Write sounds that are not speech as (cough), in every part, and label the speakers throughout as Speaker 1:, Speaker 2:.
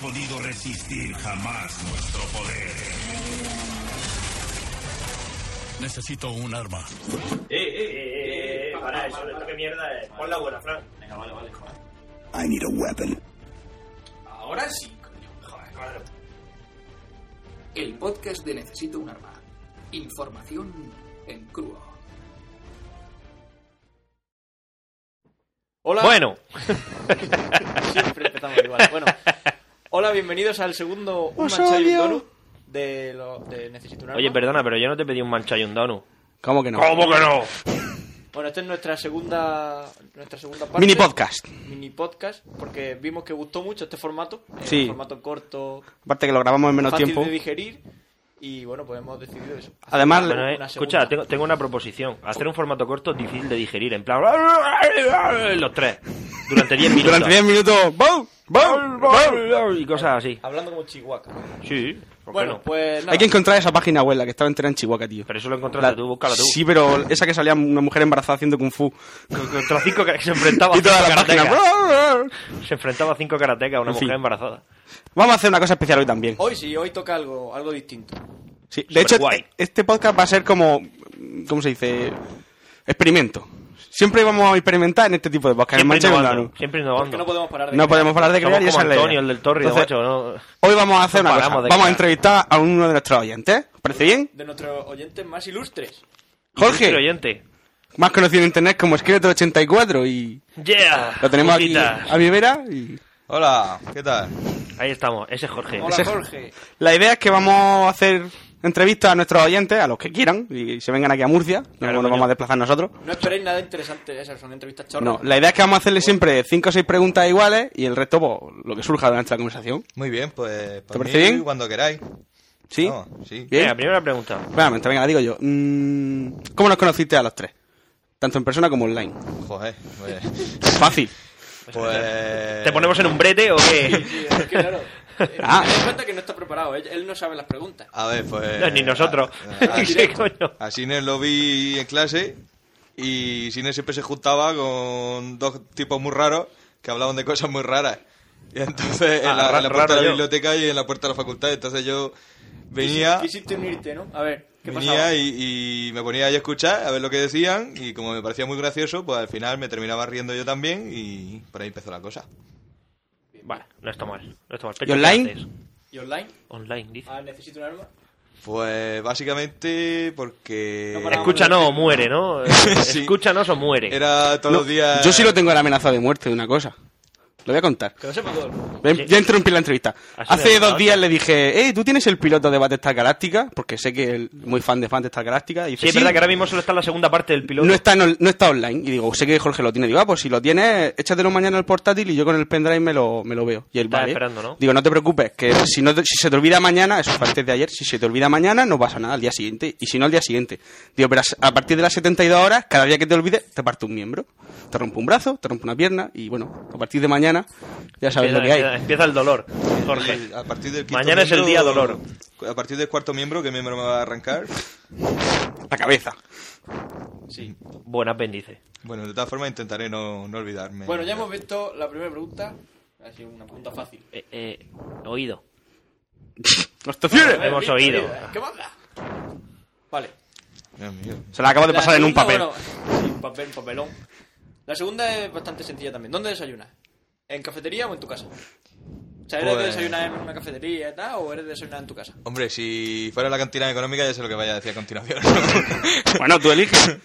Speaker 1: podido resistir jamás nuestro poder.
Speaker 2: Necesito un arma.
Speaker 3: Eh, eh, eh, eh, para eso, esta que mierda es. Pon la buena, Fran. Venga, vale, vale, joder.
Speaker 1: I need a weapon.
Speaker 4: Ahora sí, coño. Joder,
Speaker 3: Claro.
Speaker 4: El podcast de Necesito un Arma. Información en crudo.
Speaker 5: Hola.
Speaker 6: Bueno,
Speaker 5: (laughs) Siempre empezamos igual. Bueno. Hola, bienvenidos al segundo Un Mancha y un Donut de, lo, de Necesito un Arma.
Speaker 6: oye, perdona, pero yo no te pedí un mancha y un donut.
Speaker 7: ¿Cómo que no?
Speaker 6: ¿Cómo que no?
Speaker 5: Bueno, esta es nuestra segunda, nuestra segunda parte.
Speaker 7: Mini podcast.
Speaker 5: Mini podcast, porque vimos que gustó mucho este formato. eh,
Speaker 7: Sí.
Speaker 5: Un formato corto,
Speaker 7: Aparte que lo grabamos en menos
Speaker 5: fácil
Speaker 7: tiempo.
Speaker 5: de digerir. Y bueno, pues hemos decidido eso. Hacer
Speaker 7: Además,
Speaker 5: una-
Speaker 6: Bueno, eh,
Speaker 5: una
Speaker 6: escucha,
Speaker 5: segunda.
Speaker 6: tengo, tengo una proposición. Hacer un formato corto difícil de digerir, en plan... Los tres. Durante 10 minutos.
Speaker 7: Durante 10 minutos. ¡Bum! ¡Bum! ¡Bum!
Speaker 6: Y cosas así.
Speaker 5: Hablando como Chihuahua.
Speaker 6: Sí, ¿por qué
Speaker 5: Bueno,
Speaker 6: no?
Speaker 5: pues nada.
Speaker 7: Hay que encontrar esa página web, la que estaba entera en Chihuahua, tío.
Speaker 6: Pero eso lo encontraste
Speaker 7: La-
Speaker 6: tú, búscala tú.
Speaker 7: Sí, pero esa que salía una mujer embarazada haciendo kung fu.
Speaker 6: Contra cinco que se enfrentaba a
Speaker 7: y toda
Speaker 6: cinco
Speaker 7: la página.
Speaker 6: karatecas. Se enfrentaba a cinco karatecas, una
Speaker 7: En fin.
Speaker 6: mujer embarazada.
Speaker 7: Vamos a hacer una cosa especial hoy también.
Speaker 5: Hoy sí, hoy toca algo, algo distinto.
Speaker 7: Sí, De hecho,
Speaker 6: Oh, Superguay.
Speaker 7: este podcast va a ser como... ¿Cómo se dice? Experimento. Siempre vamos a experimentar en este tipo de podcast.
Speaker 6: Siempre
Speaker 7: en Mancha y un
Speaker 6: innovando.
Speaker 7: Danu.
Speaker 6: Siempre
Speaker 5: Porque
Speaker 6: innovando.
Speaker 5: no podemos parar de
Speaker 7: No
Speaker 5: crear.
Speaker 7: podemos parar de crear
Speaker 6: Somos como
Speaker 7: y esa es la
Speaker 6: Antonio,
Speaker 7: idea.
Speaker 6: el del Torri, de
Speaker 7: Entonces,
Speaker 6: macho, ¿no?
Speaker 7: Hoy vamos a hacer
Speaker 6: No
Speaker 7: una cosa.
Speaker 6: paramos de
Speaker 7: Vamos a
Speaker 6: crear.
Speaker 7: entrevistar a uno de nuestros oyentes presentes.
Speaker 5: de nuestros oyentes más ilustres.
Speaker 7: Jorge.
Speaker 6: Ilustre oyente.
Speaker 7: Más conocido en internet como Esqueleto84 y
Speaker 6: Yeah.
Speaker 7: lo tenemos aquí
Speaker 6: Pujitas.
Speaker 7: a mi vera. Y...
Speaker 8: Hola, ¿qué tal?
Speaker 6: Ahí estamos, ese es Jorge.
Speaker 5: Hola Jorge.
Speaker 7: La idea es que vamos a hacer entrevistas a nuestros oyentes, a los que quieran, y se vengan aquí a Murcia, no
Speaker 6: Claro,
Speaker 7: nos
Speaker 6: coño.
Speaker 7: vamos a desplazar nosotros.
Speaker 5: No esperéis nada interesante, esas son entrevistas chorras.
Speaker 7: No, la idea es que vamos a hacerle siempre cinco o seis preguntas iguales y el resto, pues, lo que surja durante la conversación.
Speaker 8: Muy bien, pues. por
Speaker 7: ¿Te parece bien?
Speaker 8: Cuando queráis.
Speaker 7: ¿Sí?
Speaker 8: No, sí.
Speaker 7: Bien.
Speaker 6: Venga, primera pregunta.
Speaker 7: Claramente, venga, la digo yo. Mm, ¿Cómo nos conociste a los tres? Tanto en persona como online.
Speaker 8: Joder, pues.
Speaker 6: (laughs)
Speaker 7: Fácil.
Speaker 8: pues-
Speaker 6: ¿Te ponemos en un brete o qué?
Speaker 7: (laughs)
Speaker 5: Sí, es que (laughs) claro. eh,
Speaker 7: Ah.
Speaker 5: Me doy cuenta que no está preparado, él, él no sabe las preguntas.
Speaker 8: A ver, pues.
Speaker 6: No, ni nosotros. (laughs)
Speaker 8: a- a-
Speaker 6: ¿Qué coño?
Speaker 8: A Siner lo vi en clase y Siner siempre se juntaba con dos tipos muy raros que hablaban de cosas muy raras. Y entonces
Speaker 6: Ah,
Speaker 8: en, la,
Speaker 6: ra-
Speaker 8: en la puerta
Speaker 6: raro
Speaker 8: de la
Speaker 6: yo.
Speaker 8: biblioteca y en la puerta de la facultad. Entonces yo venía,
Speaker 5: Quisiste unirte, ¿no? A ver, ¿qué pasaba?
Speaker 8: venía y, y me ponía ahí a escuchar a ver lo que decían y como me parecía muy gracioso, pues al final me terminaba riendo yo también y por ahí empezó la cosa.
Speaker 6: Vale, no está mal. No está mal.
Speaker 7: ¿Y online?
Speaker 6: ¿qué haces?
Speaker 5: ¿Y online?
Speaker 6: Online, dice.
Speaker 5: Ah, necesito un arma.
Speaker 8: Pues básicamente porque
Speaker 5: No paraba.
Speaker 6: Escúchanos o muere,
Speaker 7: (laughs)
Speaker 6: ¿no? Eh,
Speaker 8: Sí.
Speaker 6: Escúchanos o muere.
Speaker 8: era todos
Speaker 7: No,
Speaker 8: los días...
Speaker 7: Yo sí lo tengo la amenaza de muerte de una cosa. Lo voy a contar.
Speaker 5: Que lo sepa todo el mundo.
Speaker 7: Ven,
Speaker 6: Sí.
Speaker 7: Ya interrumpí la entrevista.
Speaker 6: Así me
Speaker 7: Hace
Speaker 6: gusta,
Speaker 7: dos días
Speaker 6: oye.
Speaker 7: le dije, eh, ¿tú tienes el piloto de Battlestar Galáctica? Porque sé que él es muy fan de Battlestar Galáctica. Y dice,
Speaker 6: Sí, es verdad que ahora mismo solo está la segunda parte del piloto.
Speaker 7: no está, en on- no está online. Y digo, sé que Jorge lo tiene. Digo, ah, pues si lo tienes, échatelo mañana al portátil y yo con el pendrive me lo, me lo veo. Y él
Speaker 6: Estaba
Speaker 7: vale.
Speaker 6: esperando, ¿no?
Speaker 7: Digo, no te preocupes, que si, no te- si se te olvida mañana, eso fue antes de ayer, si se te olvida mañana no pasa nada al día siguiente. Y si no, al día siguiente. Digo, pero a a partir de las 72 horas, cada día que te olvides, te parto un miembro. Te rompo un brazo, te rompo una pierna y bueno, a partir de mañana ya
Speaker 6: empieza,
Speaker 7: sabes lo que hay.
Speaker 6: empieza- empieza el dolor, Jorge.
Speaker 8: Oye, a partir del quinto
Speaker 6: Mañana es el
Speaker 8: miembro-
Speaker 6: día dolor.
Speaker 8: A partir del cuarto miembro, ¿qué miembro me va a arrancar?
Speaker 7: La cabeza.
Speaker 5: Sí.
Speaker 6: Buen apéndice.
Speaker 8: Bueno, de todas formas intentaré no, no olvidarme.
Speaker 5: Bueno, ya hemos visto la primera pregunta. Ha sido una pregunta fácil.
Speaker 6: Eh, eh,
Speaker 7: (laughs)
Speaker 6: oído.
Speaker 7: ¡Los tocines!
Speaker 6: Hemos
Speaker 5: Visto,
Speaker 6: oído.
Speaker 5: ¿Qué más da? Vale.
Speaker 8: Dios mío.
Speaker 7: Se la acabo de
Speaker 5: La
Speaker 7: pasar en un
Speaker 5: segunda,
Speaker 7: papel.
Speaker 5: bueno, sí, un papel, un papelón. La segunda es bastante sencilla también. ¿Dónde desayunas? ¿En cafetería o en tu casa? O sea, ¿eres de
Speaker 8: Pues-
Speaker 5: desayunar en una cafetería y tal, o eres de desayunar en tu casa?
Speaker 8: Hombre, si fuera la cantina económica ya sé lo que vaya a decir a continuación.
Speaker 7: Bueno, tú
Speaker 6: (laughs)
Speaker 7: eliges.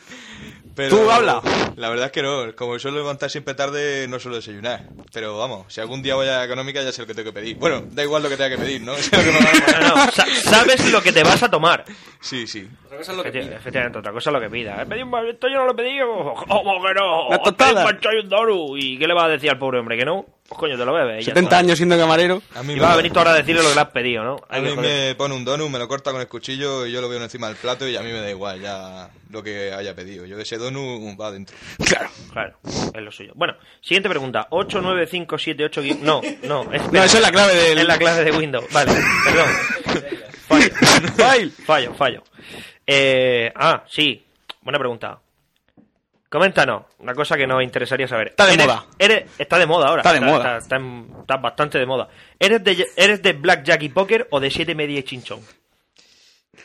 Speaker 8: Pero
Speaker 7: Tú habla.
Speaker 8: La verdad es que no. Como suelo levantar siempre tarde, no suelo desayunar. Pero vamos, si algún día voy a la económica ya sé lo que tengo que pedir. Bueno, da igual lo que tenga que pedir, ¿no? (laughs) Sé lo que me van a
Speaker 6: No,
Speaker 8: poner.
Speaker 6: no, sa- sabes lo que te vas a tomar.
Speaker 8: Sí, sí.
Speaker 5: Otra cosa es lo que
Speaker 6: Efecti-
Speaker 5: pidas.
Speaker 6: Efectivamente, otra cosa es lo que pida. He pedido un bol- esto yo no lo he pedido. ¿Cómo que no?
Speaker 7: Una tostada.
Speaker 6: Un pancho y un doru. ¿Y qué le vas a decir al pobre hombre? ¿Que no? Pues coño, te lo bebes. y ya
Speaker 7: 70
Speaker 6: está.
Speaker 7: años siendo camarero.
Speaker 8: A mí,
Speaker 6: Y
Speaker 8: me,
Speaker 6: vas a venir tú ahora a decirle lo que le has pedido, ¿no?
Speaker 8: a
Speaker 6: Hay que
Speaker 8: mí
Speaker 6: joder.
Speaker 8: me pone un donut, me lo corta con el cuchillo y yo lo veo encima del plato y a mí me da igual ya lo que haya pedido. Yo ese donut va adentro.
Speaker 7: Claro.
Speaker 6: Claro, es lo suyo. Bueno, siguiente pregunta. 89578 gui- No,
Speaker 7: (laughs)
Speaker 6: no. espera.
Speaker 7: No, eso es la clave del...
Speaker 6: Es la clase de Windows. Vale, perdón. Fallo.
Speaker 7: (laughs) File.
Speaker 6: Fallo, fallo. Eh, ah, sí. Buena pregunta. Coméntanos, una cosa que nos interesaría saber.
Speaker 7: Está de
Speaker 6: Eres-
Speaker 7: moda.
Speaker 6: eres- está de moda ahora.
Speaker 7: Está de moda.
Speaker 6: Está, está en- está bastante de moda. ¿Eres de, ¿Eres de Blackjack y Póker o de siete media y chinchón?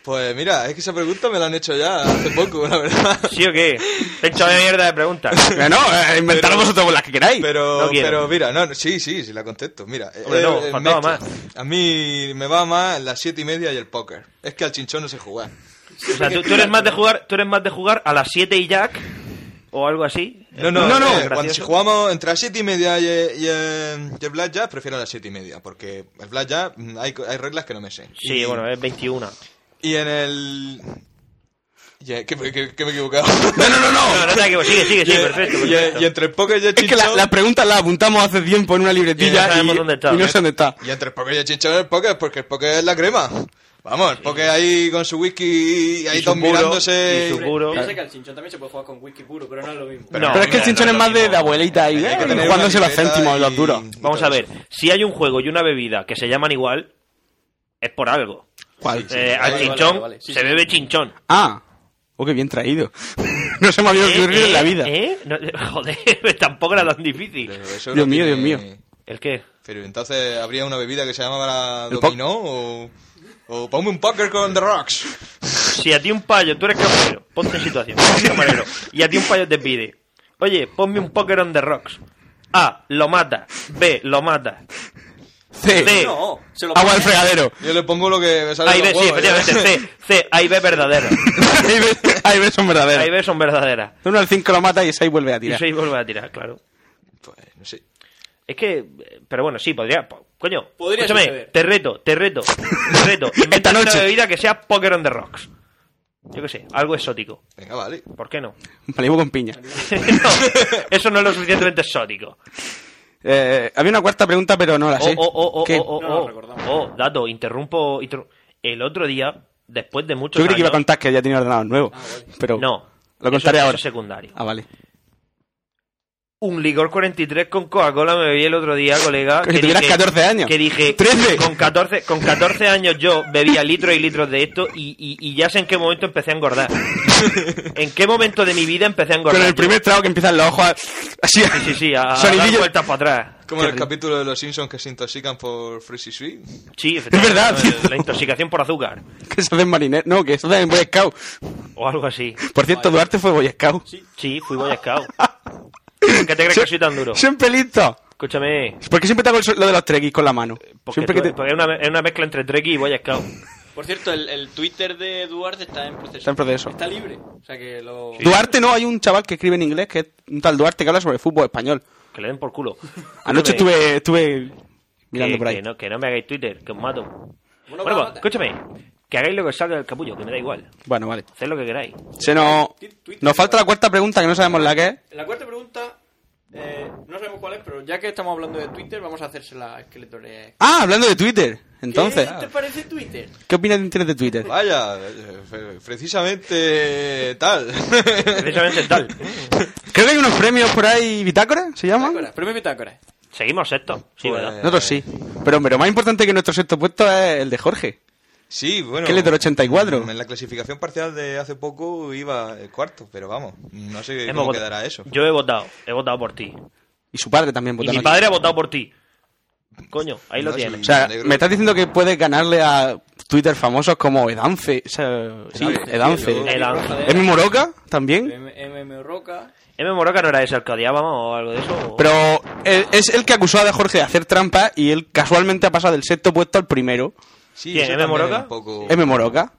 Speaker 8: Pues mira, es que esa pregunta me la han hecho ya hace poco, la verdad.
Speaker 6: (laughs) ¿Sí o qué? Te he hecho una mierda de
Speaker 7: (laughs)
Speaker 6: preguntas.
Speaker 7: Bueno, eh, inventad
Speaker 8: Pero-
Speaker 7: vosotros las que queráis.
Speaker 8: Pero,
Speaker 6: No quiero.
Speaker 8: pero mira, no, no, sí, sí, sí la contesto. Mira, eh,
Speaker 6: Hombre, no,
Speaker 8: eh,
Speaker 6: faltaba
Speaker 8: mezcla.
Speaker 6: más.
Speaker 8: A mí me va más las siete y media y el póker. Es que al chinchón no sé jugar.
Speaker 6: O sea, tú, tú eres más de jugar, tú eres más de jugar a las 7 y Jack o algo así.
Speaker 8: No, no,
Speaker 7: No, no.
Speaker 8: eh,
Speaker 6: Gracioso.
Speaker 8: cuando si jugamos entre las 7 y media y, y, eh, y el blackjack, prefiero las 7 y media, porque el blackjack mm, hay, co- hay reglas que no me sé.
Speaker 6: Sí,
Speaker 8: y,
Speaker 6: bueno, es 21.
Speaker 8: Y en el... y, eh, que, me- que- que me he equivocado.
Speaker 7: (laughs) No, no, no, no.
Speaker 6: No, no te equivoques, sigue, sigue,
Speaker 8: (laughs) Y,
Speaker 6: sigue,
Speaker 8: eh,
Speaker 6: perfecto.
Speaker 8: y, eh,
Speaker 6: perfecto.
Speaker 8: y entre el póker y el
Speaker 7: Es que
Speaker 8: chinchón...
Speaker 7: la- las preguntas las apuntamos hace tiempo en una
Speaker 6: Y no
Speaker 7: libretilla y,
Speaker 6: sabemos dónde está. ¿eh?
Speaker 7: y no sé dónde está.
Speaker 8: Y entre el póker y el chinchón el póker, porque el póker es la crema. Vamos, el póker ahí con su whisky y ahí
Speaker 6: Y su
Speaker 8: todos
Speaker 6: puro,
Speaker 8: mirándose...
Speaker 6: y su puro.
Speaker 5: Piensa que al chinchón también se puede jugar con whisky puro, pero no es lo mismo.
Speaker 6: No,
Speaker 7: Pero es que el
Speaker 6: mira,
Speaker 7: chinchón
Speaker 6: no
Speaker 7: es
Speaker 6: lo
Speaker 7: más de,
Speaker 6: mismo.
Speaker 7: de abuelita eh, ahí,
Speaker 8: Hay que tener una
Speaker 7: jugándose los
Speaker 8: libreta
Speaker 7: céntimos, los
Speaker 8: y-
Speaker 7: duros.
Speaker 6: Vamos a ver, si hay un juego y una bebida que se llaman igual, es por algo.
Speaker 7: ¿Cuál?
Speaker 6: Eh,
Speaker 8: vale,
Speaker 6: al
Speaker 8: vale,
Speaker 6: chinchón
Speaker 5: vale, sí,
Speaker 6: se
Speaker 5: sí.
Speaker 6: bebe chinchón.
Speaker 7: Ah, oh, qué bien traído. (laughs) no se me había
Speaker 6: Eh,
Speaker 7: ocurrido en la
Speaker 6: eh,
Speaker 7: vida.
Speaker 6: eh, no, (laughs) joder, tampoco era tan difícil.
Speaker 8: Pero eso
Speaker 7: Dios
Speaker 8: no
Speaker 7: mío,
Speaker 8: tiene-
Speaker 7: Dios mío.
Speaker 6: ¿El qué?
Speaker 8: Pero entonces habría una bebida que se llamaba
Speaker 7: El po-
Speaker 8: dominó o, o ponme un póker con The Rocks.
Speaker 6: Si a ti un payo, tú eres camarero, ponte en situación, tú eres camarero, y a ti un payo te pide, oye, ponme un póker on the rocks. A, lo mata. B, lo mata.
Speaker 7: C.
Speaker 6: C,
Speaker 5: No, se lo
Speaker 7: Agua del fregadero. (laughs)
Speaker 8: Yo le pongo lo que me sale
Speaker 6: A y
Speaker 8: de
Speaker 6: B,
Speaker 8: los
Speaker 6: sí,
Speaker 8: huevos, ya.
Speaker 6: efectivamente, C, C, A y B verdadero.
Speaker 7: ahí, ves, ahí ves son
Speaker 6: A y
Speaker 7: verdaderos.
Speaker 6: B son verdaderas.
Speaker 7: De Uno al 5 lo mata y 6 vuelve a
Speaker 6: Y
Speaker 7: tirar.
Speaker 6: 6 vuelve a tirar, claro.
Speaker 8: (laughs) Pues, no sé.
Speaker 6: Es que, eh, pero bueno, sí, podría. po- Coño,
Speaker 5: Podría
Speaker 6: escúchame,
Speaker 5: suceder.
Speaker 6: te reto, te reto, te reto.
Speaker 7: Esta
Speaker 6: Inventa una
Speaker 7: noche.
Speaker 6: bebida que sea Poker on the Rocks. Yo qué sé, algo exótico.
Speaker 8: Venga, vale.
Speaker 6: ¿Por qué no? (laughs)
Speaker 7: Un palibo con piña.
Speaker 6: No, eso no es lo suficientemente exótico.
Speaker 7: Eh, había una cuarta pregunta, pero no la
Speaker 6: Oh,
Speaker 7: sé.
Speaker 6: oh, oh, oh,
Speaker 7: ¿Ah, ¿Qué?
Speaker 6: oh, oh,
Speaker 5: No lo
Speaker 6: oh.
Speaker 5: recordamos.
Speaker 6: Oh, dato, interrumpo, interru- El otro día, después de muchos
Speaker 7: Yo creí que iba a
Speaker 6: años-
Speaker 7: contar que ya tenía ordenador nuevo. Pero
Speaker 6: Ah, No,
Speaker 7: lo
Speaker 6: eso-
Speaker 7: contaré
Speaker 6: eso
Speaker 7: ahora.
Speaker 6: es secundario.
Speaker 7: Ah, vale.
Speaker 6: Un licor 43 con Coca-Cola me bebí el otro día, colega.
Speaker 7: (laughs) Que si tuvieras 14 años.
Speaker 6: Que dije,
Speaker 7: 13.
Speaker 6: Con 14, con 14 años yo bebía litros y litros de esto y, y- y ya sé en qué momento empecé a
Speaker 7: (laughs)
Speaker 6: engordar. ¿En qué momento de mi vida empecé a engordar?
Speaker 7: Con el primer trago que empiezan los ojos a- así.
Speaker 6: Sí, sí, sí, a, a dar
Speaker 7: Sonidillo.
Speaker 6: vueltas para atrás.
Speaker 8: Como
Speaker 7: Qué
Speaker 8: en el
Speaker 7: rico.
Speaker 8: capítulo de los Simpsons que se intoxican por Freezy Sweet.
Speaker 6: Sí, efectivamente,
Speaker 7: verdad,
Speaker 6: ¿no?
Speaker 7: tío.
Speaker 6: La intoxicación por azúcar
Speaker 7: (laughs) Que se hacen marinero. No, que se hacen Boy Scout.
Speaker 6: o algo así.
Speaker 7: Por cierto, Duarte fue Boy Scout.
Speaker 6: Sí, fui Boy Scout. ¿Por qué te crees que soy tan duro?
Speaker 7: Siempre listo.
Speaker 6: Escúchame,
Speaker 7: ¿Por qué siempre te hago el so- lo de los trekkies con la mano?
Speaker 6: Eh, porque,
Speaker 7: Siempre que
Speaker 6: tú-
Speaker 7: te...
Speaker 6: porque es, una, es una mezcla entre Trekkie y Boy Scout.
Speaker 5: Por cierto, el, el Twitter de Duarte está en proceso.
Speaker 7: Está en proceso.
Speaker 5: Está libre. O sea que lo.
Speaker 7: (laughs) Duarte no, hay un chaval que escribe en inglés que es un tal Duarte que habla sobre fútbol español.
Speaker 6: Que le den por culo.
Speaker 7: (laughs) Anoche
Speaker 6: Escúchame,
Speaker 7: estuve, estuve mirando
Speaker 6: que,
Speaker 7: por ahí.
Speaker 6: que no, que no me hagáis Twitter, que os mato. Bueno,
Speaker 5: Bueno,
Speaker 6: pues,
Speaker 5: va,
Speaker 6: escúchame, que hagáis lo que os salga del capullo, que me da igual.
Speaker 7: Bueno, vale.
Speaker 6: Haced lo que queráis.
Speaker 7: Se nos... Nos falta la cuarta pregunta que no sabemos la que es.
Speaker 5: La cuarta pregunta, eh, no sabemos cuál es, pero ya que estamos hablando de Twitter, vamos a hacérsela a Esqueletore.
Speaker 7: Ah, hablando de Twitter. Entonces,
Speaker 5: ¿Qué te parece Twitter?
Speaker 7: ¿qué opinas tienes de Twitter?
Speaker 8: Vaya, eh, fe- precisamente
Speaker 6: (laughs)
Speaker 8: tal.
Speaker 6: Precisamente tal.
Speaker 7: Creo que hay unos premios por ahí, bitácora, ¿se llaman?
Speaker 5: Bitácora, premio Bitácora.
Speaker 6: Seguimos esto. Sí,
Speaker 8: Pues-
Speaker 6: ¿verdad?
Speaker 7: Nosotros sí. Pero, pero más importante que nuestro sexto puesto es el de Jorge.
Speaker 8: Sí, bueno.
Speaker 7: ¿Qué letra, 84?
Speaker 8: En la clasificación parcial de hace poco iba el cuarto, pero vamos, no sé
Speaker 6: Hemos
Speaker 8: cómo
Speaker 6: votado.
Speaker 8: quedará eso.
Speaker 6: Yo he votado, he votado por ti.
Speaker 7: Y su padre también
Speaker 6: y
Speaker 7: votó
Speaker 6: mi
Speaker 7: anoche.
Speaker 6: padre ha votado por ti. Coño, ahí lo
Speaker 8: No,
Speaker 6: tienes.
Speaker 7: O sea,
Speaker 8: Me alegro.
Speaker 7: me estás diciendo que puedes ganarle a Twitter famosos como Edance. O sea, sí, Edance.
Speaker 8: sí,
Speaker 6: El ángel.
Speaker 7: Emi Moroca también.
Speaker 5: MM Roca.
Speaker 6: M. Moroca no era ese el que odiábamos o algo de eso. o-
Speaker 7: Pero eh, es el que acusó a Jorge de hacer trampa y él casualmente ha pasado del sexto puesto al primero.
Speaker 8: Sí,
Speaker 6: ¿Quién,
Speaker 8: eso
Speaker 6: M.
Speaker 8: también
Speaker 6: Moroca?
Speaker 8: es un poco-
Speaker 7: M. Moroca.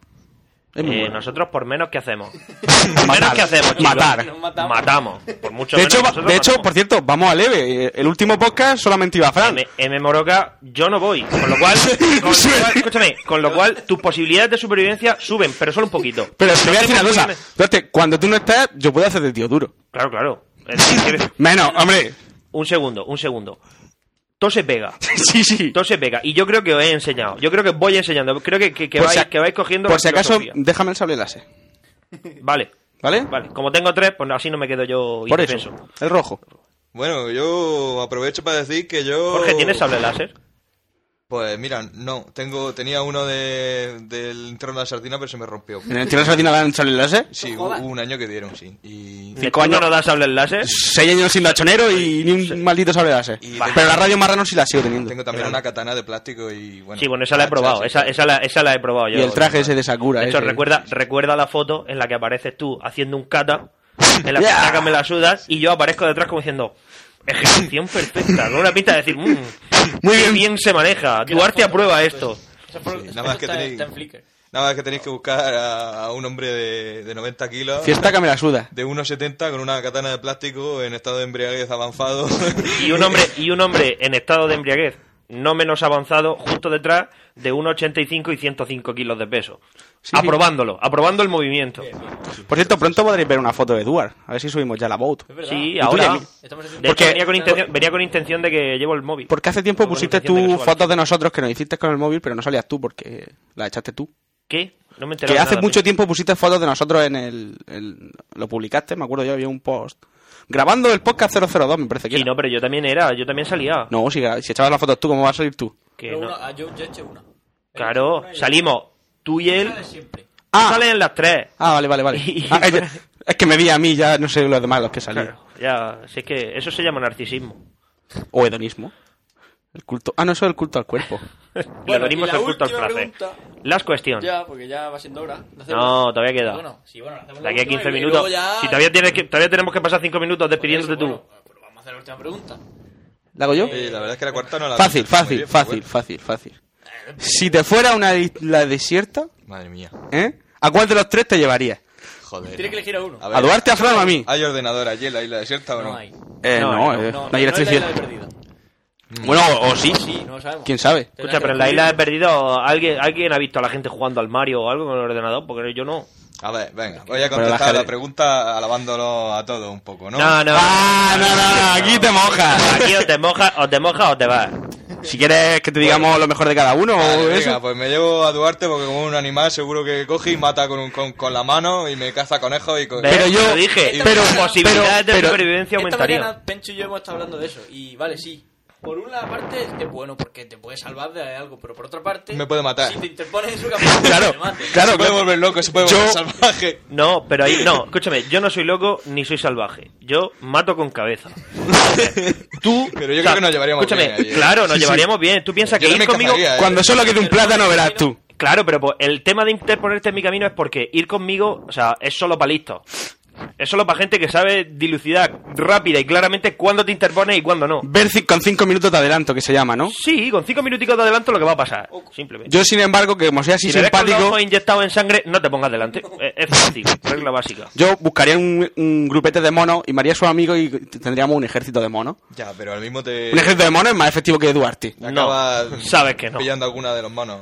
Speaker 7: M.
Speaker 6: Eh,
Speaker 7: Moroca.
Speaker 6: nosotros por menos que
Speaker 7: (laughs)
Speaker 6: hacemos. menos
Speaker 7: Matar.
Speaker 6: que hacemos, chicos.
Speaker 7: Matar.
Speaker 5: Nos matamos.
Speaker 6: Matamos. Por mucho
Speaker 7: De
Speaker 6: menos
Speaker 7: hecho, va-
Speaker 6: nosotros
Speaker 7: de hecho,
Speaker 6: matamos.
Speaker 7: por cierto, vamos a leve. Eh, El último podcast solamente iba a Fran.
Speaker 6: M, M. Moroca, yo no voy. Con lo
Speaker 7: (laughs)
Speaker 6: cual, con lo cual- escúchame, con lo cual tus posibilidades de supervivencia suben, pero solo un poquito.
Speaker 7: (laughs) Pero te voy a decir una
Speaker 6: tengo
Speaker 7: cosa.
Speaker 6: muy-
Speaker 7: Espérate, cuando tú no estás, yo puedo hacer de tío duro.
Speaker 6: Claro, claro. Es decir, quieres-
Speaker 7: Menos,
Speaker 6: (laughs)
Speaker 7: hombre.
Speaker 6: Un segundo, un segundo. Todo se pega.
Speaker 7: Sí, sí.
Speaker 6: Todo se pega. Y yo creo que os he enseñado. Yo creo que voy enseñando. Creo que, que, que vais,
Speaker 7: si a-
Speaker 6: que vais cogiendo.
Speaker 7: Por
Speaker 6: la
Speaker 7: si acaso,
Speaker 6: filosofía.
Speaker 7: déjame el sable láser.
Speaker 6: Vale,
Speaker 7: ¿Vale?
Speaker 6: vale. Como tengo tres, pues así no me quedo yo
Speaker 7: Por
Speaker 6: indefenso.
Speaker 7: eso. El rojo.
Speaker 8: Bueno, yo aprovecho para decir que yo...
Speaker 6: Jorge, ¿tienes sable láser?
Speaker 8: Pues mira, no, tengo, tenía uno de, del entorno de la sardina, pero se me rompió.
Speaker 7: ¿En el tiro de sardina dan sable láser?
Speaker 8: Sí, hubo un año que dieron, sí. Y,
Speaker 6: ¿Cinco años no das sable láser?
Speaker 7: Seis años sin lachonero y ni un maldito sable láser.
Speaker 8: Y-
Speaker 7: Pero la radio marrano sí la sigo teniendo.
Speaker 8: tengo también una katana de plástico y bueno.
Speaker 6: Sí, bueno, esa la he probado, esa, esa, la, esa la he probado yo.
Speaker 7: Y el traje ese de Sakura.
Speaker 6: De hecho,
Speaker 7: ese.
Speaker 6: recuerda, recuerda la foto en la que apareces tú haciendo un kata, en la que
Speaker 7: Yeah.
Speaker 6: sacas me la sudas, y yo aparezco detrás como diciendo, ejecución perfecta, con una pinta de decir, "Mm,
Speaker 7: Muy
Speaker 6: qué
Speaker 7: bien.
Speaker 6: bien se maneja, Duarte aprueba esto.
Speaker 5: Esa fue-
Speaker 8: Sí,
Speaker 5: esa
Speaker 8: nada más
Speaker 5: foto
Speaker 8: que
Speaker 5: está-
Speaker 8: tenéis-
Speaker 5: está en Flickr.
Speaker 8: Nada más que tenéis que buscar a, a un hombre de, de 90 kilos.
Speaker 7: Fiesta que me la suda.
Speaker 8: De 1,70 con una katana de plástico en estado de embriaguez
Speaker 7: (laughs)
Speaker 8: avanzado.
Speaker 6: Y un hombre, y un hombre en estado de embriaguez, no menos avanzado, justo detrás de 1,85 y 105 kilos de peso. aprobándolo, aprobando el movimiento.
Speaker 7: Por cierto, pronto podréis ver una foto de Eduard. A ver si subimos ya la boat.
Speaker 5: Es verdad.
Speaker 6: Sí,
Speaker 7: tú y a
Speaker 6: ahora.
Speaker 7: mí.
Speaker 5: Estamos haciendo-
Speaker 6: De
Speaker 5: Porque-
Speaker 6: hecho, venía con, intención, venía con intención de que llevo el móvil.
Speaker 7: Porque hace tiempo
Speaker 6: Con
Speaker 7: pusiste
Speaker 6: intención de que
Speaker 7: tú
Speaker 6: suba el-
Speaker 7: fotos de nosotros que nos hiciste con el móvil, pero no salías tú porque la echaste tú.
Speaker 6: ¿Qué? No me he enterado
Speaker 7: Que
Speaker 6: de
Speaker 7: hace
Speaker 6: nada,
Speaker 7: mucho
Speaker 6: tío.
Speaker 7: tiempo pusiste fotos de nosotros en el, el- Lo publicaste, me acuerdo yo, había un post. Grabando el podcast 002, me parece que
Speaker 6: Sí,
Speaker 7: era.
Speaker 6: no, pero yo también era, yo también salía.
Speaker 7: No, si, gra- si echabas las fotos tú, ¿cómo vas a salir tú?
Speaker 6: Que
Speaker 5: Pero
Speaker 6: no.
Speaker 5: uno- ah, yo, yo eché una.
Speaker 6: Claro, salimos tú y él.
Speaker 5: Esa de siempre.
Speaker 7: Ah.
Speaker 6: Tú sales en las tres.
Speaker 7: Ah, vale, vale, vale. Ah, es, es que me vi a mí, ya no sé los demás los que salían.
Speaker 6: Claro, ya, si es que eso se llama narcisismo.
Speaker 7: O hedonismo. El culto. Ah, no, eso es el culto al cuerpo.
Speaker 6: El
Speaker 5: Bueno,
Speaker 6: organismo
Speaker 5: y
Speaker 6: es
Speaker 5: la
Speaker 6: el culto al
Speaker 5: última
Speaker 6: placer.
Speaker 5: pregunta.
Speaker 6: Las cuestiones.
Speaker 5: Ya, porque ya va siendo hora. ¿La hacemos?
Speaker 6: no, todavía queda.
Speaker 5: Bueno, sí, bueno, la
Speaker 6: De
Speaker 5: hacemos la
Speaker 6: aquí a
Speaker 5: última
Speaker 6: 15
Speaker 5: y
Speaker 6: minutos.
Speaker 5: luego ya-
Speaker 6: Si todavía, tienes que, todavía tenemos que pasar 5 minutos
Speaker 5: Por eso,
Speaker 6: despidiéndote tú.
Speaker 5: bueno, eh, pero vamos a hacer la última pregunta.
Speaker 7: ¿La hago yo?
Speaker 8: Eh, la verdad es que la cuarta no la
Speaker 7: Fácil,
Speaker 8: muy
Speaker 7: fácil,
Speaker 8: bien,
Speaker 7: fácil,
Speaker 8: pero
Speaker 7: fácil, fácil. Si te fuera a una isla desierta,
Speaker 8: bueno. Madre mía.
Speaker 7: ¿eh? ¿A cuál de los tres te llevarías?
Speaker 8: Joder.
Speaker 5: Tienes que elegir a uno.
Speaker 8: A ver,
Speaker 7: ¿A Duarte, a Fran o a mí?
Speaker 8: ¿Hay ordenador allí en la isla desierta o no?
Speaker 5: No hay.
Speaker 7: Eh, no,
Speaker 6: no,
Speaker 7: eh,
Speaker 5: No,
Speaker 7: no hay
Speaker 5: no es la isla
Speaker 7: electricidad.
Speaker 5: de perdido.
Speaker 7: Bueno, o, o sí.
Speaker 5: Sí, no lo sabemos.
Speaker 7: ¿Quién sabe?
Speaker 6: Escucha, pero en la isla de perdido, ¿alguien, ¿alguien ha visto a la gente jugando al Mario o algo con el ordenador? Porque yo no.
Speaker 8: A ver, venga. Voy a
Speaker 7: Pero la
Speaker 8: contestar
Speaker 7: jade-
Speaker 8: la pregunta alabándolo a todos un poco, ¿no?
Speaker 6: No, no.
Speaker 7: Ah, no, no, no, aquí te mojas.
Speaker 6: Aquí o te mojas o te, mojas o te vas.
Speaker 7: Si quieres que te digamos lo mejor de cada uno
Speaker 8: Vale,
Speaker 7: o
Speaker 8: venga,
Speaker 7: Oh, eso.
Speaker 8: pues me llevo a Duarte porque como un animal seguro que coge y mata con, un- con, con la mano y me caza conejos y... co-
Speaker 6: ¿Ves?
Speaker 7: Pero yo-
Speaker 6: Te lo dije,
Speaker 8: pero-
Speaker 6: tus posibilidades
Speaker 7: pero-
Speaker 6: de
Speaker 7: pero-
Speaker 6: supervivencia
Speaker 5: Esta
Speaker 6: aumentarían.
Speaker 5: mañana Pencho y yo hemos estado hablando de eso. Y vale, sí. Por una parte es bueno porque te puede salvar de algo, pero por otra parte.
Speaker 8: Me puede matar.
Speaker 5: Si te interpones en
Speaker 8: (laughs)
Speaker 5: su camino,
Speaker 7: Claro,
Speaker 5: te mate.
Speaker 7: claro.
Speaker 8: se puede volver loco, se puede
Speaker 7: Yo-
Speaker 8: volver salvaje.
Speaker 6: No, pero ahí no, escúchame, yo no soy loco ni soy salvaje. Yo mato con cabeza. Entonces, Tú,
Speaker 8: Pero yo creo que nos llevaríamos
Speaker 6: escúchame,
Speaker 8: bien ahí, ¿eh?
Speaker 6: claro, nos
Speaker 7: Sí, sí.
Speaker 6: llevaríamos bien. Tú piensas que
Speaker 8: Yo no
Speaker 6: ir
Speaker 8: me
Speaker 6: conmigo
Speaker 8: cazaría, eh.
Speaker 7: Cuando solo quede un plátano verás tú.
Speaker 6: Claro, pero pues, el tema de interponerte en mi camino es porque ir conmigo, o sea, es solo para listos. Es solo para gente que sabe dilucidar rápida y claramente cuándo te interpones y cuándo no.
Speaker 7: Ver ci- con cinco minutos de adelanto que se llama, ¿no?
Speaker 6: Sí, con cinco minuticos de adelanto lo que va a pasar. Simplemente.
Speaker 7: Yo, sin embargo, que como sea así
Speaker 6: si te ves con los
Speaker 7: simpático,
Speaker 6: ojos inyectados en sangre, no te pongas
Speaker 5: (laughs)
Speaker 6: delante. Es, es fácil, regla básica.
Speaker 7: yo buscaría un, un grupete de monos y María su amigo y t- tendríamos un ejército de monos.
Speaker 8: Ya, pero al mismo te...
Speaker 7: Un ejército de monos es más efectivo que Duarte.
Speaker 8: te
Speaker 6: No,
Speaker 8: acabas
Speaker 6: sabes que no.
Speaker 8: Pillando alguna de los manos.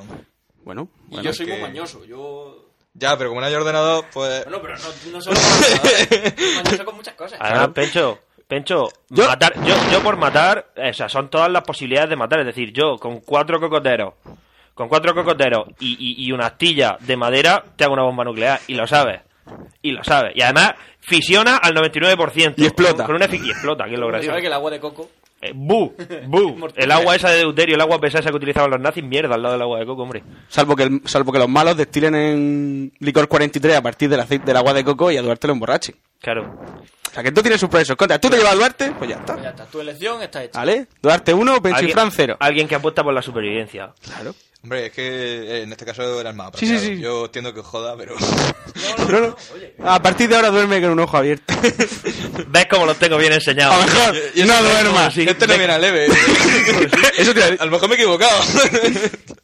Speaker 7: Bueno,
Speaker 5: Y
Speaker 7: bueno.
Speaker 5: yo soy muy
Speaker 8: que-
Speaker 5: mañoso. Yo.
Speaker 8: Ya, pero como no hay ordenador, pues...
Speaker 5: Bueno, pero no,
Speaker 8: (laughs)
Speaker 5: no solo. soy mañoso con muchas cosas.
Speaker 6: Además, Pencho, Pencho,
Speaker 7: Yo-
Speaker 6: matar, yo, yo por matar, eh, o sea, son todas las posibilidades de matar. Es decir, yo con cuatro cocoteros, con cuatro cocoteros y, y- y una astilla de madera, te hago una bomba nuclear. Y lo sabes. Y lo sabes. Y además, fisiona al 99%.
Speaker 7: Y explota.
Speaker 6: Con una fi- y explota, que es lo
Speaker 5: Pero
Speaker 6: gracioso.
Speaker 5: ¿Sabes que el agua de coco?
Speaker 6: Eh, bu, bu.
Speaker 5: (laughs) Mortal.
Speaker 6: El agua esa de deuterio, el agua pesada esa que utilizaban los nazis, mierda al lado del agua de coco, hombre.
Speaker 7: Salvo que, el- salvo que los malos destilen en licor 43 a partir del aceite del agua de coco y a Duarte lo emborrachen.
Speaker 6: Claro.
Speaker 7: O sea, que tú tienes sus pros y sus contras. Tú te llevas a Duarte, pues ya
Speaker 5: Pues ya
Speaker 7: está.
Speaker 5: está, tu elección está hecha.
Speaker 7: ¿Vale? Duarte 1,
Speaker 6: Alguien-
Speaker 7: Penchifran 0.
Speaker 6: Alguien que apuesta por la supervivencia.
Speaker 7: Claro.
Speaker 8: Hombre, es que eh, en este caso era el más
Speaker 7: Sí, sí,
Speaker 8: apropiado.
Speaker 7: sí.
Speaker 8: Yo entiendo que os joda, pero... (laughs)
Speaker 7: No, no. A partir de ahora duerme con un ojo abierto.
Speaker 6: ¿Ves cómo los tengo bien enseñados?
Speaker 7: A lo mejor no duerma.
Speaker 6: Sí,
Speaker 8: este no
Speaker 6: de-
Speaker 8: viene a
Speaker 7: (laughs)
Speaker 8: leve. ¿eh?
Speaker 6: (laughs)
Speaker 7: Eso te iba a decir.
Speaker 8: a lo mejor me he equivocado. (laughs)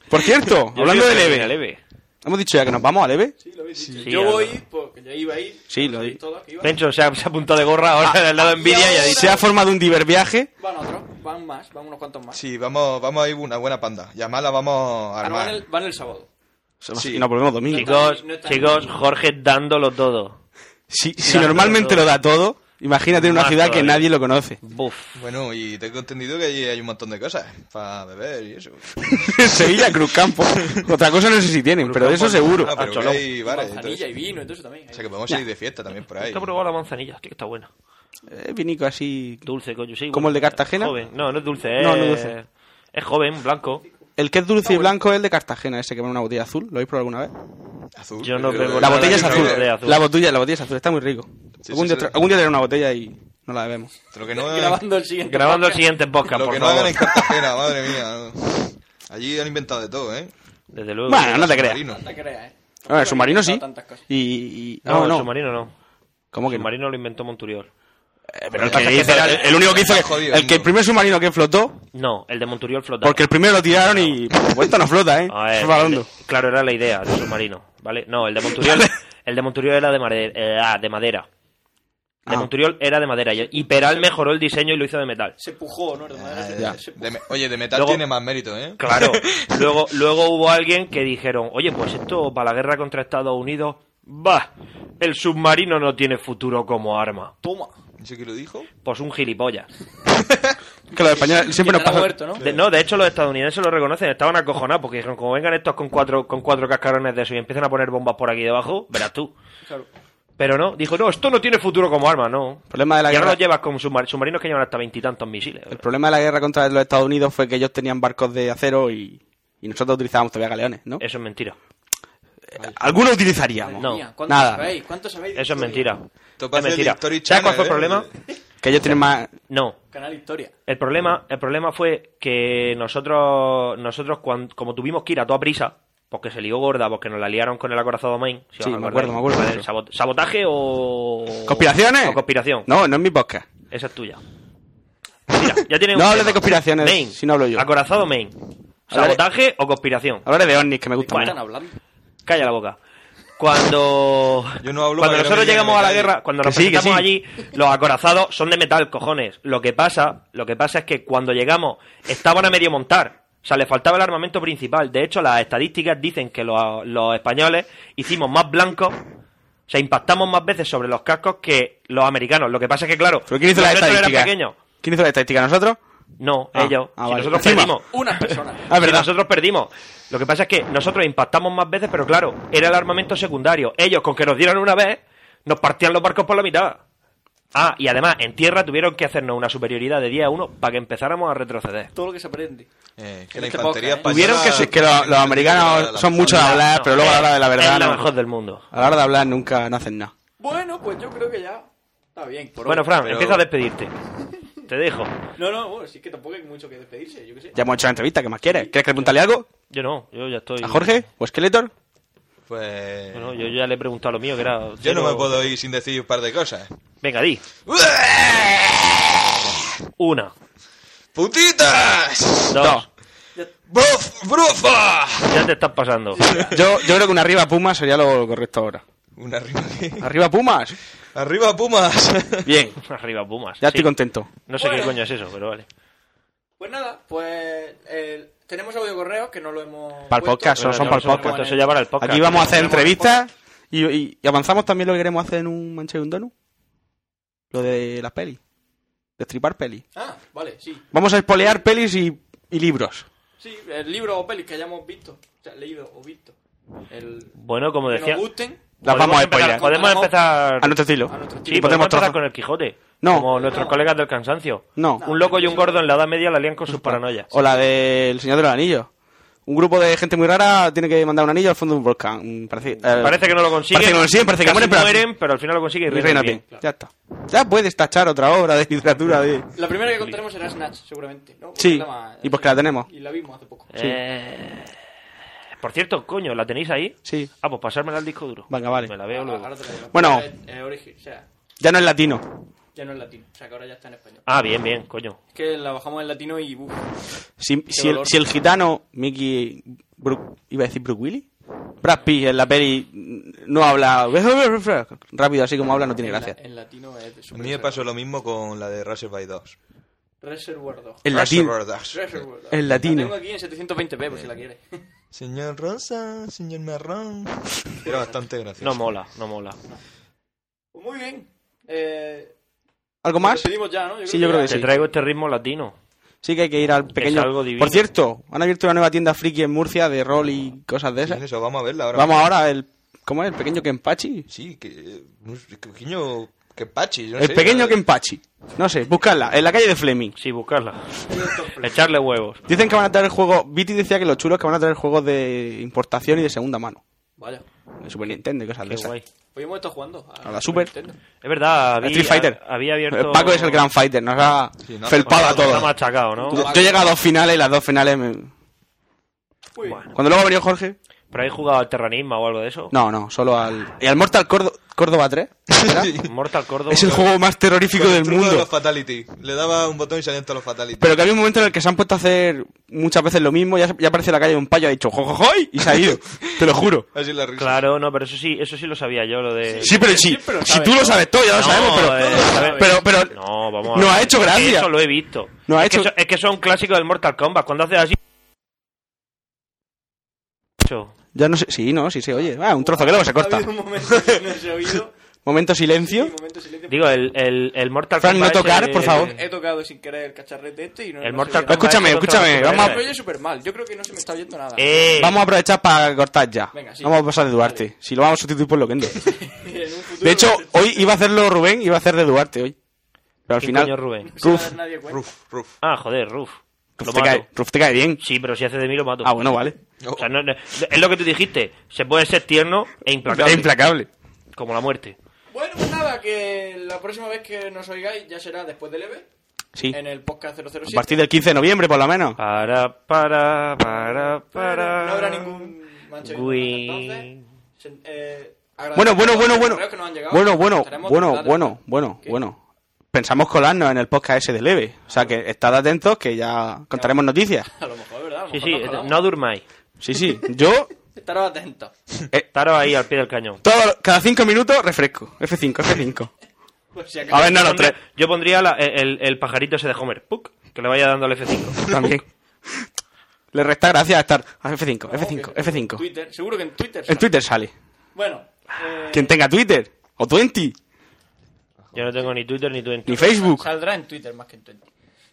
Speaker 7: Por cierto,
Speaker 6: Yo
Speaker 7: hablando de
Speaker 6: siempre
Speaker 7: leve,
Speaker 6: vine a leve.
Speaker 7: ¿hemos dicho ya que nos vamos a leve?
Speaker 5: Sí, lo habéis dicho.
Speaker 6: Sí,
Speaker 5: yo
Speaker 6: algo.
Speaker 5: voy, porque ya iba a ir.
Speaker 7: Sí, lo
Speaker 5: sabéis
Speaker 7: di.
Speaker 5: todos que iba.
Speaker 6: Pencho se ha, se ha apuntado de gorra
Speaker 7: Ah.
Speaker 6: ahora le ha dado envidia y ha dicho
Speaker 7: Se ha formado un diverviaje.
Speaker 5: Van otros, van más, van unos cuantos más.
Speaker 8: sí, vamos, vamos a ir una buena panda. Y además la vamos a
Speaker 5: Ah, no,
Speaker 8: armar.
Speaker 5: van, el, van el sábado.
Speaker 8: Sí.
Speaker 7: Y nos volvemos domingo.
Speaker 6: chicos,
Speaker 5: No está-
Speaker 6: chicos, Jorge dándolo todo.
Speaker 7: Si, si
Speaker 6: Claro,
Speaker 7: normalmente
Speaker 6: todo.
Speaker 7: lo da todo, imagínate en una
Speaker 6: Más
Speaker 7: ciudad que
Speaker 6: todavía.
Speaker 7: nadie lo conoce. (laughs)
Speaker 6: Buf.
Speaker 8: Bueno, y tengo entendido que allí hay un montón de cosas para beber y eso.
Speaker 7: Sevilla, Cruzcampo. Otra cosa no sé si tienen, pero de eso seguro.
Speaker 8: Ah, pero que
Speaker 6: Cholón.
Speaker 8: hay bares. y todo
Speaker 5: Manzanilla
Speaker 8: eso.
Speaker 5: y vino y todo eso también.
Speaker 8: O sea que podemos ir de fiesta también por ahí.
Speaker 6: Te he probado la manzanilla, tío, que está buena.
Speaker 7: Eh, vinico así.
Speaker 6: Dulce, coño, sí.
Speaker 7: ¿Como
Speaker 6: bueno,
Speaker 7: el de Cartagena?
Speaker 6: Joven. No, no es dulce, es...
Speaker 7: No, no es dulce.
Speaker 6: es joven, blanco.
Speaker 7: El que es dulce y blanco es el de Cartagena, ese que va en una botella azul. ¿Lo habéis probado alguna vez?
Speaker 8: Azul.
Speaker 6: Yo no
Speaker 8: Pero-
Speaker 6: bebo
Speaker 7: La
Speaker 6: nada
Speaker 7: botella
Speaker 6: de
Speaker 7: es
Speaker 8: Creo
Speaker 7: azul.
Speaker 8: que-
Speaker 6: botella azul.
Speaker 7: La botella, la botella es azul. Está muy rico.
Speaker 8: Sí,
Speaker 7: algún,
Speaker 8: sí,
Speaker 7: día,
Speaker 8: sí.
Speaker 7: tra- algún día traeré una botella y no la bebemos. (laughs)
Speaker 8: Lo que no,
Speaker 5: Grabando el siguiente.
Speaker 6: Grabando el siguiente podcast,
Speaker 8: lo
Speaker 6: por
Speaker 8: que no
Speaker 6: favor.
Speaker 8: hagan en
Speaker 7: (laughs)
Speaker 8: Cartagena, madre mía. Allí han inventado de todo, ¿eh?
Speaker 6: Desde luego.
Speaker 7: Bueno, no te creas.
Speaker 8: Marino.
Speaker 5: No te creas, ¿eh?
Speaker 7: A ver, Ah, el submarino sí.
Speaker 5: Tantas cosas.
Speaker 7: Y, y-
Speaker 6: No,
Speaker 7: No,
Speaker 6: el
Speaker 7: no.
Speaker 6: submarino no.
Speaker 7: ¿Cómo
Speaker 6: El
Speaker 7: que no?
Speaker 6: submarino lo inventó Monturiol.
Speaker 7: Eh, pero el,
Speaker 6: Que
Speaker 7: Cartagena
Speaker 6: dice-
Speaker 7: era el- el único que hizo que-
Speaker 8: Jodido,
Speaker 7: el que el
Speaker 8: no.
Speaker 7: primer submarino que flotó,
Speaker 6: No, el de Monturiol flotaba.
Speaker 7: porque el primero lo tiraron y por supuesto no flota, ¿eh?
Speaker 6: (laughs) A ver,
Speaker 7: Eso va hondo.
Speaker 6: claro, era la idea del submarino, ¿vale? No, el de Monturiol, el de Monturiol era de madera. de madera. El de
Speaker 7: Ah.
Speaker 6: Monturiol era de madera. y- Y Peral mejoró el diseño y lo hizo de metal.
Speaker 5: Se pujó, ¿no?
Speaker 8: Ah,
Speaker 5: Hermano?
Speaker 7: ya.
Speaker 5: Se-
Speaker 8: De me- oye, de metal
Speaker 6: Luego-
Speaker 8: tiene más mérito, ¿eh?
Speaker 6: Claro. Luego, luego hubo alguien que dijeron, oye, pues esto para la guerra contra Estados Unidos, bah, el submarino no tiene futuro como arma.
Speaker 5: Toma.
Speaker 8: No sé quién lo dijo.
Speaker 6: Pues un gilipollas.
Speaker 7: Que los españoles siempre nos
Speaker 5: Quedará
Speaker 7: pasa.
Speaker 5: muerto, ¿no?
Speaker 6: De- no, de hecho los estadounidenses lo reconocen, estaban acojonados porque dijeron, como vengan estos con cuatro, con cuatro cascarones de eso y empiezan a poner bombas por aquí debajo, verás tú.
Speaker 5: Claro.
Speaker 6: Pero no, dijo, no, esto no tiene futuro como arma, no.
Speaker 7: El problema de la
Speaker 6: y ahora
Speaker 7: guerra-
Speaker 6: los llevas con submar- submarinos que llevan hasta veintitantos misiles.
Speaker 7: El problema de la guerra contra los Estados Unidos fue que ellos tenían barcos de acero y, y nosotros utilizábamos todavía galeones, ¿no?
Speaker 6: Eso es mentira.
Speaker 7: Algunos utilizaríamos.
Speaker 6: No.
Speaker 5: Mía, ¿Cuánto
Speaker 7: Nada.
Speaker 5: sabéis? ¿Cuánto sabéis?
Speaker 6: Eso es mentira.
Speaker 8: Esto
Speaker 6: Es
Speaker 8: parece el
Speaker 6: mentira.
Speaker 8: History
Speaker 6: ¿Sabes cuál fue el
Speaker 8: Channel,
Speaker 6: problema?
Speaker 8: ¿eh?
Speaker 7: Que ellos tienen más.
Speaker 6: No,
Speaker 5: Canal Historia.
Speaker 6: El problema, el problema fue que nosotros, nosotros cuan- como tuvimos que ir a toda prisa, porque se lió gorda, porque nos la liaron con el acorazado Main. si
Speaker 7: Sí,
Speaker 6: os
Speaker 7: me
Speaker 6: acordáis.
Speaker 7: acuerdo, me acuerdo de
Speaker 6: Joder,
Speaker 7: eso.
Speaker 6: sabot- ¿Sabotaje o.
Speaker 7: ¿Conspiraciones?
Speaker 6: O conspiración.
Speaker 7: No, no es mi podcast.
Speaker 6: Esa es tuya. Mira, ya tienes un
Speaker 7: No hables
Speaker 6: tema.
Speaker 7: de conspiraciones,
Speaker 6: Main.
Speaker 7: si no hablo yo.
Speaker 6: Acorazado Main.
Speaker 7: Hablaré-
Speaker 6: ¿Sabotaje o conspiración?
Speaker 7: Hablaré de ovnis, que me gusta
Speaker 6: Bueno.
Speaker 5: Están
Speaker 7: más.
Speaker 5: hablando.
Speaker 6: Calla la boca. Cuando,
Speaker 8: (laughs) Yo no hablo
Speaker 6: cuando
Speaker 8: para que no
Speaker 6: nosotros
Speaker 8: me digan
Speaker 6: llegamos a la
Speaker 8: que calle.
Speaker 6: guerra, cuando
Speaker 7: Que
Speaker 6: nos
Speaker 7: sí, que
Speaker 6: presentamos
Speaker 7: sí.
Speaker 6: allí, los acorazados son de metal, cojones. Lo que pasa, lo que pasa es que cuando llegamos estaban a medio montar. O sea, le faltaba el armamento principal. De hecho, las estadísticas dicen que los, los españoles hicimos más blancos, o sea, impactamos más veces sobre los cascos que los americanos. Lo que pasa es que, claro,
Speaker 7: ¿Pero quién hizo la
Speaker 6: nosotros eran
Speaker 7: estadística?
Speaker 6: pequeños.
Speaker 7: ¿Quién hizo la estadística? ¿Nosotros?
Speaker 6: No,
Speaker 7: Ah,
Speaker 6: ellos.
Speaker 7: ah,
Speaker 6: Si
Speaker 7: vale.
Speaker 6: nosotros
Speaker 7: Encima.
Speaker 6: perdimos.
Speaker 5: Unas personas.
Speaker 7: Ah, es
Speaker 6: Si
Speaker 7: verdad.
Speaker 6: nosotros perdimos. Lo que pasa es que nosotros impactamos más veces, pero claro, era el armamento secundario. Ellos, con que nos dieran una vez, nos partían los barcos por la mitad. Ah, y además, en tierra tuvieron que hacernos una superioridad de 10 a 1 para que empezáramos a retroceder.
Speaker 5: Todo lo que se aprende.
Speaker 8: Eh, que
Speaker 5: En
Speaker 8: la
Speaker 5: este
Speaker 8: infantería
Speaker 5: podcast, ¿eh?
Speaker 8: española-
Speaker 7: Tuvieron que ser- que lo- los americanos son muchos de hablar, pero luego a la hora de la verdad
Speaker 6: Es lo
Speaker 7: no.
Speaker 6: mejor del mundo.
Speaker 7: A la hora de hablar nunca no hacen nada.
Speaker 5: Bueno, pues yo creo que ya está bien. Por
Speaker 6: Bueno,
Speaker 5: hoy.
Speaker 6: Fran,
Speaker 8: pero-
Speaker 6: empieza a despedirte. Te dejo.
Speaker 5: No, no, bueno, sí que tampoco hay mucho que despedirse, yo qué sé.
Speaker 7: Ya hemos hecho la entrevista, ¿qué más quieres? ¿Quieres que le preguntarle algo?
Speaker 6: Yo no, yo ya estoy.
Speaker 7: ¿A Jorge? ¿O Skeletor?
Speaker 8: Pues...
Speaker 6: Bueno, yo ya le he preguntado lo mío, que era.
Speaker 8: Yo no
Speaker 6: cero-
Speaker 8: me puedo ir sin decir un par de cosas.
Speaker 6: Venga, di. Una,
Speaker 8: ¡Putitas!
Speaker 6: dos.
Speaker 7: No.
Speaker 8: ¡Bruf! ¡Brufa!
Speaker 6: Ya te estás
Speaker 7: (laughs)
Speaker 6: pasando.
Speaker 7: Yo, yo creo que un arriba Puma sería lo correcto ahora.
Speaker 8: Una arriba aquí.
Speaker 7: ¿Arriba Pumas?
Speaker 8: ¡Arriba, Pumas!
Speaker 7: Bien,
Speaker 6: Arriba, Pumas.
Speaker 7: ya
Speaker 6: Sí.
Speaker 7: estoy contento.
Speaker 6: No sé qué
Speaker 5: Bueno.
Speaker 6: coño es eso, pero vale.
Speaker 5: Pues nada, pues eh, tenemos audio correo que no lo hemos.
Speaker 7: Para el
Speaker 5: puesto.
Speaker 7: podcast, solo
Speaker 6: Pero no,
Speaker 7: Ah, son para el
Speaker 6: eso no
Speaker 7: podcast.
Speaker 6: cuenta, Eso ya para el podcast.
Speaker 7: Aquí vamos a hacer
Speaker 5: Tenemos
Speaker 7: entrevistas y, y- y avanzamos también lo que queremos hacer en un mancha y un donut. Lo de las pelis. Destripar pelis.
Speaker 5: Ah, vale, sí.
Speaker 7: Vamos a espolear pelis y, y libros.
Speaker 5: Sí, el libro o pelis que hayamos visto, o sea, leído o visto. El...
Speaker 6: Bueno, como
Speaker 5: Que
Speaker 6: decía.
Speaker 5: nos gusten.
Speaker 7: Las vamos a
Speaker 6: empezar,
Speaker 7: spoilear. Ah,
Speaker 6: Podemos
Speaker 5: Vamos-
Speaker 6: empezar.
Speaker 7: A nuestro estilo.
Speaker 5: A nuestro estilo.
Speaker 6: Sí, podemos empezar
Speaker 7: trozar.
Speaker 6: con el Quijote.
Speaker 7: No.
Speaker 6: Como nuestros
Speaker 5: No.
Speaker 6: colegas del cansancio.
Speaker 7: No.
Speaker 6: Un loco y un gordo en la edad media la lían con sus paranoias.
Speaker 7: O la del Señor de los Anillos. Un grupo de gente muy rara tiene que mandar un anillo al fondo de un volcán. Mm, Parece, eh,
Speaker 6: Parece que no lo consiguen.
Speaker 7: Parece que no lo consiguen, parece que
Speaker 6: casi
Speaker 7: mueren, pero-
Speaker 6: mueren, pero al final lo consiguen y
Speaker 7: y
Speaker 6: reinan
Speaker 7: reina
Speaker 6: bien.
Speaker 7: bien. Ya está. Ya puedes tachar otra obra de literatura. De...
Speaker 5: La primera que contaremos será Snatch, seguramente. ¿no? Porque
Speaker 7: Sí,
Speaker 5: es la más-
Speaker 7: y porque la tenemos.
Speaker 5: Y la vimos hace poco.
Speaker 6: Eh, Por cierto, coño, ¿la tenéis ahí?
Speaker 7: Sí.
Speaker 6: Ah, pues pasármela al disco duro.
Speaker 7: Venga, vale.
Speaker 6: Me la veo luego.
Speaker 5: Ahora te la digo.
Speaker 7: Bueno.
Speaker 5: Eh, eh, origi- o sea,
Speaker 7: Ya no es latino.
Speaker 5: ya no es latino, o sea que ahora ya está en español.
Speaker 6: Ah, bien, bien, coño.
Speaker 5: Es que la bajamos en latino y. uf,
Speaker 7: Si, si el,
Speaker 5: dolor.
Speaker 7: si el gitano Mickey. Brook- iba a decir Brook Willy. Brad Pitt en la peli mm, no habla. (laughs) Rápido, así como habla, no tiene
Speaker 5: en, la-
Speaker 7: gracia.
Speaker 5: en latino es de
Speaker 8: A
Speaker 5: super.
Speaker 8: mí me pasó lo mismo con la de Reservoir Dogs.
Speaker 5: Reservoir Dogs.
Speaker 7: El latino.
Speaker 8: Reservoir Dogs.
Speaker 5: Reservoir Dogs.
Speaker 7: El latino.
Speaker 5: La tengo aquí en 720p por si
Speaker 6: Eh.
Speaker 5: la quieres. (laughs)
Speaker 8: Señor Rosa, señor Marrón. Era bastante gracioso.
Speaker 6: No mola, no mola.
Speaker 5: Pues muy bien. Eh,
Speaker 7: ¿Algo más?
Speaker 5: Lo pedimos ya, ¿no?
Speaker 7: Sí, yo creo que
Speaker 5: ya-
Speaker 6: Te
Speaker 7: sí.
Speaker 6: traigo este ritmo latino.
Speaker 7: Sí que hay que ir al pequeño.
Speaker 6: algo divino.
Speaker 7: Por cierto, han abierto una nueva tienda friki en Murcia de rol y cosas de esas.
Speaker 8: Bien, eso, vamos a verla ahora.
Speaker 7: Vamos ahora al... ¿Cómo es? ¿El pequeño Kenpachi?
Speaker 8: Sí, que. eh, no sé, que- Coquiño, Kempachi, yo no
Speaker 7: El
Speaker 8: sé,
Speaker 7: pequeño
Speaker 8: ¿no?
Speaker 7: Kempachi. No sé, buscarla, en la calle de Fleming.
Speaker 6: Sí, buscarla.
Speaker 5: (laughs)
Speaker 6: Echarle huevos.
Speaker 7: Dicen que van a traer juegos. Viti decía que los chulos que van a traer juegos de importación y de segunda mano.
Speaker 5: Vaya.
Speaker 7: De Super Nintendo y cosas de
Speaker 6: Qué
Speaker 7: esas.
Speaker 6: guay.
Speaker 5: Hoy hemos estado jugando
Speaker 7: A la Super.
Speaker 5: Nintendo.
Speaker 6: Es verdad, había,
Speaker 7: Street Fighter.
Speaker 6: ha- había abierto.
Speaker 7: Paco es el gran fighter, nos ha
Speaker 8: Sí, no,
Speaker 7: felpado a
Speaker 6: Está
Speaker 7: todos.
Speaker 6: machacado, ¿no?
Speaker 7: Yo, yo he llegado a dos finales y las dos finales me-
Speaker 5: Uy,
Speaker 7: Cuando luego venido Jorge.
Speaker 6: ¿Pero habéis jugado al Terranisma o algo de eso?
Speaker 7: No, no, solo al. ¿Y al Mortal Cordo- Córdoba
Speaker 6: (laughs)
Speaker 7: 3? ¿Verdad?
Speaker 6: Mortal Córdoba.
Speaker 7: es el juego más terrorífico
Speaker 8: Con el
Speaker 7: del
Speaker 8: truco de
Speaker 7: mundo.
Speaker 8: los Fatality. Le daba un botón y salían todos los Fatality.
Speaker 7: Pero que había un momento en el que se han puesto a hacer muchas veces lo mismo. Ya, ya aparece en la calle un payo, ha dicho jojojoy y se ha ido. Te lo juro.
Speaker 8: Así la risa.
Speaker 6: Claro, no, pero eso sí, eso sí lo sabía yo, lo de.
Speaker 7: Sí, pero sí.
Speaker 5: Siempre lo
Speaker 7: Si
Speaker 5: sabes,
Speaker 7: tú lo
Speaker 5: ¿no?
Speaker 7: sabes todo, ya lo
Speaker 6: No,
Speaker 7: sabemos, pero.
Speaker 6: eh, sabes-
Speaker 7: pero, pero.
Speaker 6: No, vamos a
Speaker 7: Nos
Speaker 6: ver.
Speaker 7: ha hecho
Speaker 6: Es que
Speaker 7: gracia.
Speaker 6: Eso lo he visto.
Speaker 7: Nos ha
Speaker 6: es, que
Speaker 7: hecho-
Speaker 6: eso, es que eso es un clásico del Mortal Kombat. Cuando haces así. Eso.
Speaker 7: Ya no sé. Sí, no, sí se oye. Ah, un trozo que luego se
Speaker 5: Ha
Speaker 7: corta.
Speaker 5: habido un momento que no se ha
Speaker 7: (laughs)
Speaker 5: oído. y
Speaker 7: Momento
Speaker 5: un
Speaker 7: silencio.
Speaker 5: momento de silencio.
Speaker 6: Digo, el, el, el Mortal
Speaker 7: Fran,
Speaker 6: Kombat.
Speaker 7: no
Speaker 6: ese
Speaker 7: tocar,
Speaker 6: de-
Speaker 7: por favor.
Speaker 5: He tocado sin querer el cacharrete este y no.
Speaker 6: El
Speaker 5: no
Speaker 6: Mortal
Speaker 5: se oía
Speaker 6: Kombat.
Speaker 5: nada.
Speaker 7: Escúchame,
Speaker 6: ese contra
Speaker 7: escúchame,
Speaker 6: los
Speaker 7: vamos-
Speaker 5: Me
Speaker 6: superhéroes.
Speaker 5: oye súper mal. Yo creo que no se me está oyendo nada. (laughs)
Speaker 6: Eh,
Speaker 7: Vamos a aprovechar para cortar ya.
Speaker 5: Venga, sí.
Speaker 7: Vamos a pasar de Duarte. Si lo vamos a sustituir por Loquendo.
Speaker 5: En un futuro
Speaker 7: De hecho,
Speaker 5: no se-
Speaker 7: hoy iba a hacerlo Rubén, iba a hacer de Duarte hoy. Pero al
Speaker 6: ¿quién
Speaker 7: final.
Speaker 6: Eh, coño es Rubén?
Speaker 5: no se va a
Speaker 7: Ruf.
Speaker 5: dar nadie cuenta.
Speaker 8: Ruf, ruf.
Speaker 6: Ah, joder, Ruf. Lo
Speaker 7: Ruf te,
Speaker 6: mato.
Speaker 7: cae, Ruf te cae bien.
Speaker 6: Sí, pero si hace de mí lo mato.
Speaker 7: Ah, bueno, vale.
Speaker 6: O sea, no- no- es lo que tú dijiste. Se puede ser tierno e implacable.
Speaker 7: Es implacable.
Speaker 6: como la muerte.
Speaker 5: Bueno, pues nada, que la próxima vez que nos oigáis ya será después del EVE,
Speaker 7: Sí.
Speaker 5: en el podcast
Speaker 7: A
Speaker 5: 007.
Speaker 7: partir del 15 de noviembre, por lo menos.
Speaker 6: Para, para, para, para.
Speaker 5: No habrá ningún manche.
Speaker 6: Gui.
Speaker 5: Entonces, se- eh,
Speaker 7: Bueno,
Speaker 5: agradecemos
Speaker 7: bueno,
Speaker 5: a
Speaker 7: bueno,
Speaker 5: los
Speaker 7: bueno.
Speaker 5: correos que nos han llegado.
Speaker 7: Bueno, bueno,
Speaker 5: Estaremos
Speaker 7: bueno,
Speaker 5: tratando-
Speaker 7: bueno, bueno,
Speaker 5: ¿Qué?
Speaker 7: bueno. Pensamos colarnos en el podcast ese de leve. O sea que estad atentos que ya contaremos noticias.
Speaker 5: (laughs) A lo mejor, ¿verdad? A lo
Speaker 6: Sí,
Speaker 5: mejor
Speaker 6: sí,
Speaker 5: nos colamos.
Speaker 6: no durmáis.
Speaker 7: Sí, sí. Yo,
Speaker 5: Estaros atentos. (laughs)
Speaker 6: Estaros ahí al pie del cañón.
Speaker 7: todo, cada cinco minutos, refresco. F5, F5.
Speaker 5: Por si acaso.
Speaker 7: A ver, no,
Speaker 6: Yo
Speaker 7: no,
Speaker 6: pondría-
Speaker 7: tres.
Speaker 6: Yo pondría la- el, el pajarito ese de Homer. Puc, que le vaya dando al F5.
Speaker 7: También. Le resta gracia estar. a F5, F5, F5.
Speaker 5: Twitter, seguro que en Twitter.
Speaker 7: En
Speaker 5: sale.
Speaker 7: Twitter sale.
Speaker 5: Bueno, eh,
Speaker 7: Quien tenga Twitter, o Twenty,
Speaker 6: Yo no tengo ni Twitter ni Twenty.
Speaker 7: ni Facebook.
Speaker 5: saldrá en Twitter más que en Twitter.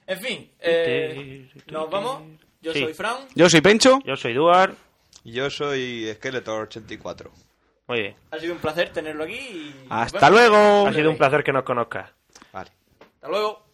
Speaker 5: En fin, eh, nos vamos. Yo
Speaker 6: Sí.
Speaker 5: soy Fran.
Speaker 7: Yo soy Pencho.
Speaker 6: Yo soy Duar.
Speaker 8: Yo soy Skeletor84.
Speaker 6: Muy bien.
Speaker 5: Ha sido un placer tenerlo aquí. y nos
Speaker 7: Hasta
Speaker 5: vemos.
Speaker 7: luego.
Speaker 6: Ha sido un placer que nos conozcas.
Speaker 8: Vale.
Speaker 5: Hasta luego.